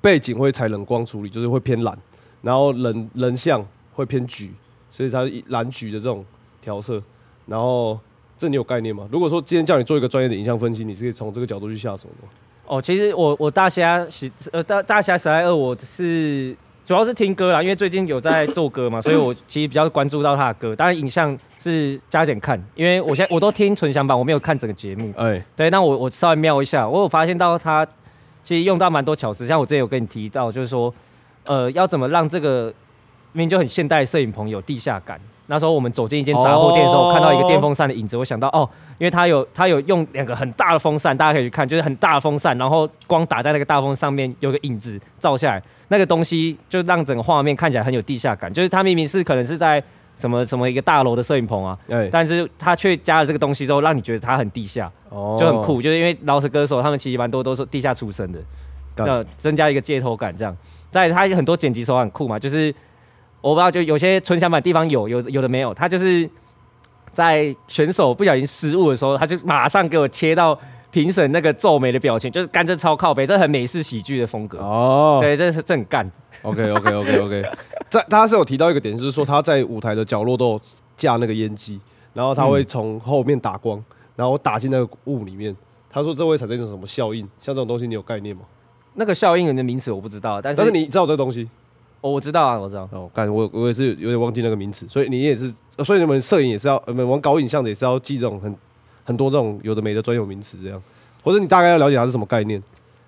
S1: 背景会采冷光处理，就是会偏蓝，然后人人像会偏橘，所以它一蓝橘的这种调色。然后这你有概念吗？如果说今天叫你做一个专业的影像分析，你是可以从这个角度去下手的吗。
S2: 哦，其实我我大虾喜呃大大虾喜爱二，我是主要是听歌啦，因为最近有在做歌嘛，所以我其实比较关注到他的歌。当然影像是加减看，因为我现在我都听纯享版，我没有看整个节目。
S1: 哎、
S2: 对，那我我稍微瞄一下，我有发现到他其实用到蛮多巧思，像我之前有跟你提到，就是说，呃，要怎么让这个明明就很现代的摄影棚有地下感。那时候我们走进一间杂货店的时候，
S1: 哦
S2: 看到一个电风扇的影子，我想到哦，因为它有它有用两个很大的风扇，大家可以去看，就是很大的风扇，然后光打在那个大风上面，有个影子照下来，那个东西就让整个画面看起来很有地下感，就是它明明是可能是在什么什么一个大楼的摄影棚啊，
S1: 哎、
S2: 但是它却加了这个东西之后，让你觉得它很地下。
S1: 哦
S2: 就很酷，就是因为饶舌歌手他们其实蛮多都是地下出身的，
S1: 干
S2: 那增加一个街头感这样。再来他很多剪辑手法很酷嘛，就是我不知道，就有些纯享版地方有，有有的没有，他就是在选手不小心失误的时候，他就马上给我切到评审那个皱眉的表情，就是干这超靠背，这很美式喜剧的风格。
S1: 哦。
S2: 对，这是这很干。
S1: OK OK OK OK，在他是有提到一个点，就是说他在舞台的角落都有架那个烟机，然后他会从后面打光，然后打进那个雾里面。他说这会产生一种什么效应？像这种东西你有概念吗？
S2: 那个效应人的名词我不知道，但是
S1: 但是你知道这东西
S2: 哦我知道啊，我知道。
S1: 哦，干我我也是有点忘记那个名词，所以你也是，呃所以你们摄影也是要，呃你们玩搞影像的也是要记这种很很多这种有的没的专有名词这样，或者你大概要了解它是什么概念，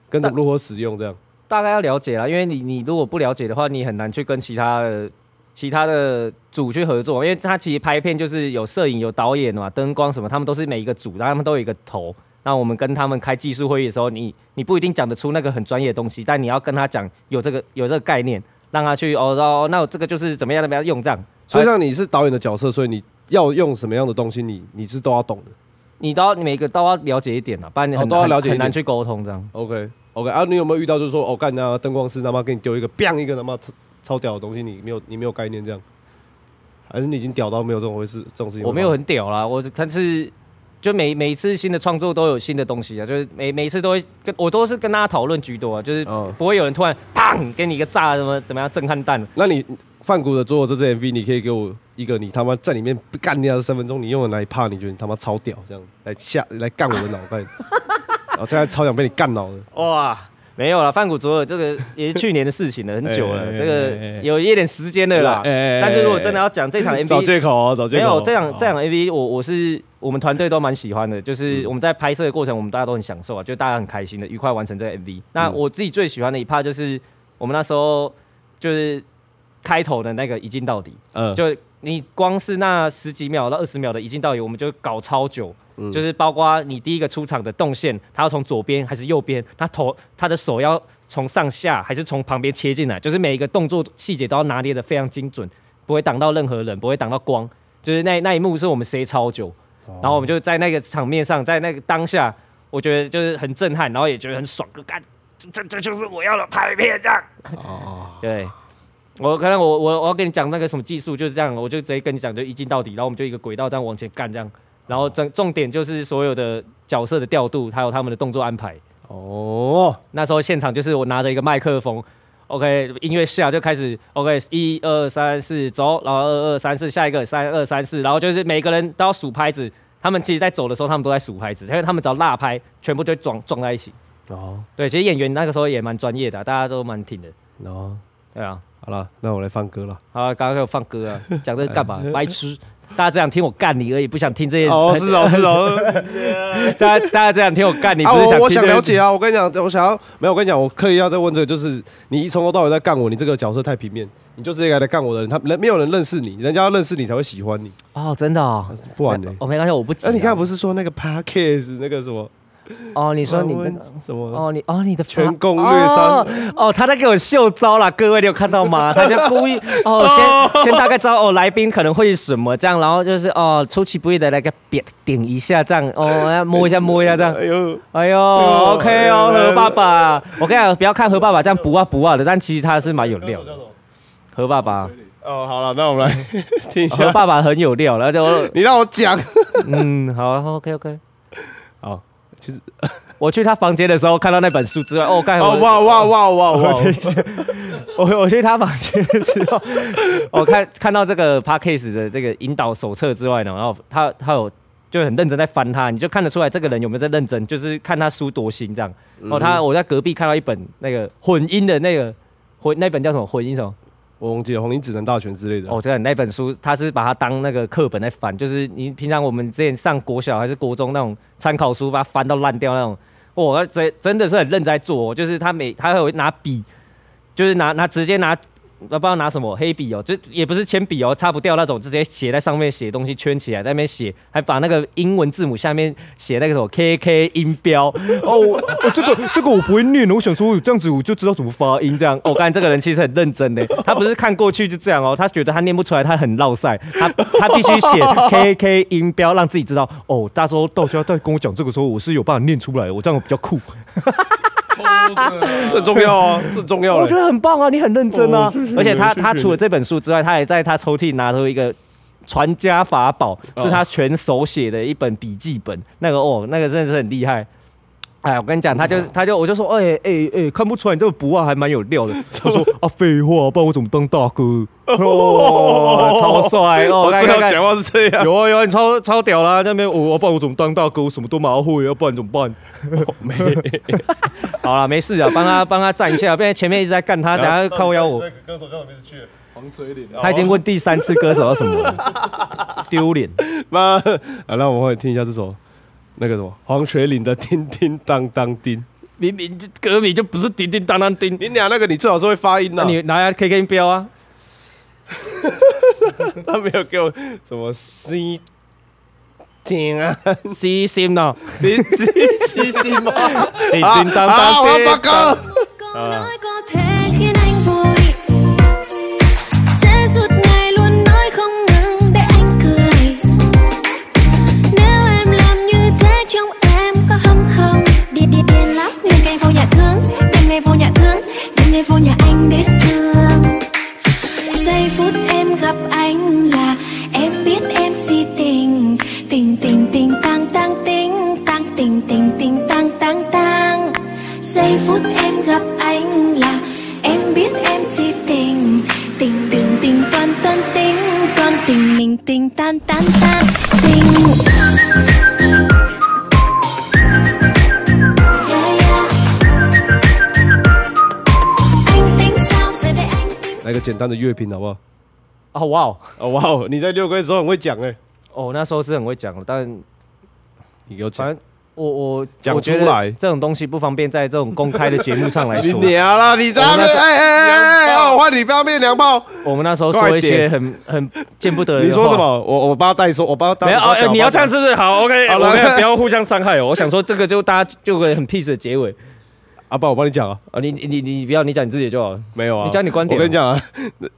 S1: 跟
S2: 那
S1: 如何使用这样。
S2: 大概要了解啦，因为你你如果不了解的话，你很难去跟其他的其他的组去合作，因为他其实拍片就是有摄影、有导演嘛、灯光什么，他们都是每一个组，然后他们都有一个头。那我们跟他们开技术会议的时候，你你不一定讲得出那个很专业的东西，但你要跟他讲有这个有这个概念，让他去哦哦，那我这个就是怎么样怎么样用这样，
S1: 所以像你是导演的角色，所以你要用什么样的东西，你你是都要懂的。
S2: 你都要你每个都要了解一点啊，不然你
S1: 哦
S2: 很、
S1: 都要了解一点
S2: 很难去沟通这样。
S1: OK OK 啊，你有没有遇到就是说，哦，干你啊，灯光师他妈给你丢一个 biang 一个他妈超超屌的东西，你没有你没有概念这样，还是你已经屌到没有这种回事这种事情？
S2: 我没有很屌啦，我但是就每每一次新的创作都有新的东西啊，就是每每一次都会跟我都是跟大家讨论居多啊，就是
S1: 嗯
S2: 不会有人突然砰给你一个炸什么怎么样震撼弹。
S1: 那你范谷的做我这支 MV，你可以给我一个你他妈在里面干掉三分钟，你用了哪一怕你觉得你他妈超屌，这样来下来干我的脑袋， 然后现在超想被你干脑的。
S2: 哇，没有了，范谷左耳这个也是去年的事情了，很久
S1: 哎哎
S2: 了，
S1: 哎
S2: 这
S1: 哎哎
S2: 个有一点时间了啦。
S1: 哎哎哎
S2: 但是如果真的要讲这场
S1: 找
S2: MV，
S1: 借口哦，找借
S2: 没
S1: 口。
S2: 有这场这
S1: 样，
S2: 场 MV，我我是我们团队都蛮喜欢的，就是
S1: 嗯
S2: 我们在拍摄的过程，我们大家都很享受啊，就大家很开心的，愉快完成这个 MV。那
S1: 嗯
S2: 我自己最喜欢的一 part 就是我们那时候就是开头的那个一镜到底，
S1: 嗯，
S2: 就你光是那十几秒到二十秒的一镜到底，我们就搞超久，
S1: 嗯
S2: 就是包括你第一个出场的动线，他要从左边还是右边，他头他的手要从上下还是从旁边切进来，就是每一个动作细节都要拿捏的非常精准，不会挡到任何人，不会挡到光，就是
S1: 嗯
S2: 那那一幕是我们塞超久，然后我们就在那个场面上，在那个当下，我觉得就是很震撼，然后也觉得很爽，就干，这这这就是我要的拍片这样。
S1: 哦，
S2: 对，我可能我我我要跟你讲那个什么技术就是这样，我就直接跟你讲，就一镜到底，然后我们就一个轨道这样往前干这样，然后重重点就是所有的角色的调度，还有他们的动作安排。
S1: 哦，
S2: 那时候现场就是我拿着一个麦克风，OK，音乐下就开始，OK，一二三四走，然后二二三四下一个三二三四，然后就是每个人都要数拍子。他们其实在走的时候，他们都在数拍子，因为他们只要落拍，全部就撞撞在一起。
S1: 哦，
S2: 对，其实演员那个时候也蛮专业的啊、大家都蛮挺的，
S1: 哦，
S2: 对啊。
S1: 好了，那我来放歌了。
S2: 好，刚刚给我放歌啊，讲这个 干嘛？白痴！大家只想听我干你而已，不想听这些。
S1: 哦，是哦，是哦。
S2: 大家大家只想听我干你，
S1: 啊，
S2: 不是
S1: 我我
S2: 听
S1: 想
S2: 这些
S1: 了解啊，我跟你讲，我想要没有，我跟你讲，我刻意要再问这个，就是你一从头到尾在干我，你这个角色太平面，你就是一个来干我的人，他人没有人认识你，人家要认识你才会喜欢你，
S2: 哦，真的哦。
S1: 不然呢？
S2: 我没关系，我不急啊。
S1: 哎，你刚才不是说那个 podcast 那个什么？
S2: 哦，你说你那个
S1: 什么？
S2: 哦，你哦，你的
S1: 啊全
S2: 发
S1: 攻略三
S2: 哦哦，他在给我秀招啦，各位你有看 到吗？他就故意哦，先先大概知道哦，来宾可能会什么这样，然后就是哦，出其不意的来个点点一下这样，哦，要摸一下摸一下这样。
S1: 哎呦，
S2: 哎呦
S1: 呦
S2: ，OK 哦，
S1: 哎呦
S2: 何爸爸，我跟你讲，不要看何爸爸这样不啊不啊的，但其实他是蛮有料的。何 爸爸，
S1: 哦，好了，那我们来 听一
S2: 何
S1: 下。
S2: 爸爸很有料，然后就
S1: 你让我讲。
S2: 嗯，好，OK OK。
S1: 好，其实
S2: 我去他房间的时候看到那本书之外，哦，刚才
S1: 哦，
S2: 我
S1: 哇哇哇哇哇！
S2: 我我去他房间的时候，我看看到这个 p a c k a s e 的这个引导手册之外呢，然后他他有就很认真在翻他，你就看得出来这个人有没有在认真，就是看他书多新这样。然后他我在隔壁看到一本那个混音的那个混那本叫什么混音什么？
S1: 我忘记了《红缨指南大全》之类的。
S2: 哦，对，那本书他是把它当那个课本在翻，就是你平常我们之前上国小还是国中那种参考书，把它翻到烂掉那种。哇，那真真的是很认真在做、哦，就是他每他会拿笔，就是拿拿直接拿，不知道拿什么黑笔哦，就也不是铅笔哦，擦不掉那种，直接写在上面写东西圈起来，在那边写，还把那个英文字母下面写那个什么 KK 音标。 哦，我哦这个这个我不会念，我想说我这样子我就知道怎么发音这样。哦，刚才这个人其实很认真的， 他不是看过去就这样哦，他觉得他念不出来，他很绕塞，他他必须写 KK 音标，让自己知道哦，大周到家在跟我讲这个时候，我是有办法念出来的，我这样比较酷。
S1: 这很重要啊，这很重要
S2: 我觉
S1: 嘞。
S2: 得很棒啊，你很认真啊
S1: 哦谢谢。
S2: 而且他
S1: 谢谢
S2: 他除了这本书之外，他也在他抽屉拿出一个传家法宝，是他全手写的一本笔记本。那个哦，那个真的是很厉害。哎，我跟你讲，他就是，他就，我就说，哎哎哎，看不出来你这么不啊，还蛮有料的。他说啊，废话，不然我怎么当大哥？哦，超帅哦！
S1: 我
S2: 看
S1: 知
S2: 看
S1: 道
S2: 看
S1: 讲话是这样。
S2: 有啊有啊，你超超屌啦！那边我、哦、不然我怎么当大哥？我什么都马会，要不然怎么办？
S1: 没，
S2: 好了，没事啊，帮他帮他站一下，不然前面一直在干他，等下靠腰我。
S1: 歌手叫什么名字去了？
S3: 黄垂岭
S2: 他已经问第三次歌手要什么了，丢脸。
S1: 妈，啊，那我们会听一下这首那个什么黄垂岭的《叮叮当当叮》。
S2: 明明就歌名就不是叮叮当当叮，
S1: 你俩那个你最好是会发音
S2: 那
S1: 呐。
S2: 你拿下 K K 标啊，
S1: 他没有给我什么 C 叮啊，
S2: C C 呢？
S1: 你自己心吗？
S2: 叮叮
S1: 啊
S2: 当
S1: 啊！
S2: 当
S1: 我要
S2: 叮
S1: 发。歌。
S4: Câu nói có thể khiến anh vui Sẽ suốt ngày luôn nói không ngừng để anh cười Nếu em làm như thế trong em có hâm không Điên điên điên lắm Đêm nay vô nhà thương Đêm nay vô nhà thương Đêm nay vô nhà anh để thương Giây phút em gặp anh là Em biết em si tình Tình tình tình tăng tăng tình Tăng tình tình tình tăng tăng tăng Giây phút em gặp anh là
S1: 简单的乐评，好不好？
S2: 哦哇哦，
S1: 哦哇哦，你在六个月的时候很会讲哎、
S2: 哦那时候是很会讲的，但
S1: 你给我
S2: 反
S1: 讲，
S2: 正我我
S1: 讲
S2: 我觉
S1: 出
S2: 得
S1: 来
S2: 这种东西不方便在这种公开的节目上来
S1: 你
S2: 说。
S1: 娘啦，你在那边
S2: 我们那时候
S1: 哎哎哎哎，
S3: 娘炮
S1: 哦我换你方便娘炮，
S2: 我们那时候说一些很很见不得人的
S1: 你说
S2: 话
S1: 什？么？我我帮他代说，我帮他代
S2: 没有
S1: 我帮
S2: 哦，
S1: 他
S2: 哎
S1: 讲
S2: 你要这样，是不是？好，OK，
S1: 好
S2: 我们
S1: 来
S2: 不要互相伤害哦。我想说这个就大家就有个很 peace 的结尾
S1: 阿爸，不然我帮你讲啊，
S2: 啊。你你你你不要，你讲你自己就好了。
S1: 没有啊，
S2: 你讲你观点
S1: 我跟你讲啊，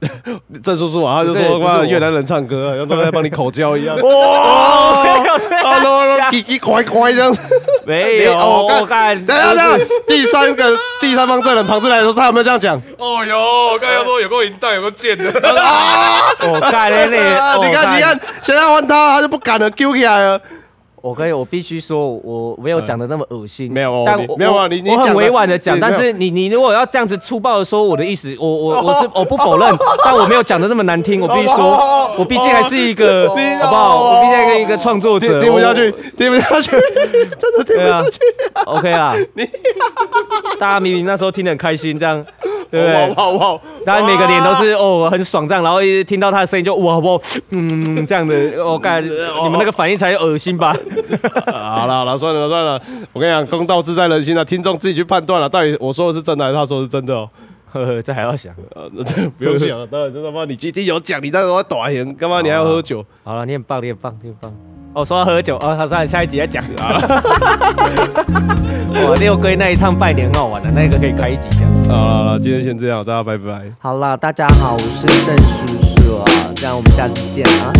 S1: 郑叔叔啊，他就
S2: 不是
S1: 说
S2: 不是我
S1: 哇，越南人唱歌，然后都在帮你口交 一样。
S2: 哇，没有这
S1: 啊，咯咯
S2: 样，
S1: 叽叽快快这样子。
S2: 没有，
S1: 你哦
S2: 哎我
S1: 干
S2: 看，
S1: 等一下，等一下，第三个第三方证人庞志来说，他有没有这样讲？
S3: 哦哟，我刚才说有够淫荡，有够贱的，
S1: 啊！
S2: 我看嘞嘞，
S1: 啊
S2: 哦我
S1: 你看，你看，现在换他，他就不敢了，揪起来了。
S2: 我可以，我必须说，我没有讲的那么恶心。
S1: 没有哦
S2: 但
S1: 你
S2: 我
S1: 没有啊
S2: 我
S1: 你你
S2: 我
S1: 讲
S2: 很
S1: 得
S2: 委婉的讲，
S1: 你
S2: 但
S1: 没
S2: 是你你如果要这样子粗暴的说我的意思，我我我是我不否 认，但我没有讲的那么难听。我必须
S1: 哦
S2: 说，我毕竟还是一个，好
S1: 你
S2: 不好？
S1: 哦
S2: 我毕竟还是一个创作
S1: 听
S2: 者，
S1: 听不
S2: 我
S1: 下去，听不下去，真的听不
S2: 对啊
S1: 下去。
S2: ，OK 啊。大家明明那时候听得很开心，这样对不
S1: 哇
S2: 对？
S1: 哇哇！
S2: 大家每个脸都是哦很爽这样，然后一听到他的声音就哇哇嗯这样的，我感
S1: 哦
S2: 你们那个反应才恶心吧？
S1: 好了好了，算了算了，我跟你讲，公道自在人心啊，听众自己去判断了，到底我说的是真的还是他说的是真的哦。
S2: 呵呵，这还要想。
S1: 呃， 那这不用想了，当然就他妈你今天有讲，你当然要打赢，干嘛你还要喝酒？
S2: 好了，你很棒，你很棒，你很棒。哦，说到喝酒，哦，他算了，下一集再讲。 哇，六龟那一趟拜年很好玩的，那个可以开一集讲。
S1: 好了好了，今天先这样，大家拜拜。
S2: 好啦，大家好，我是邓叔叔啊，这样我们下次见啊。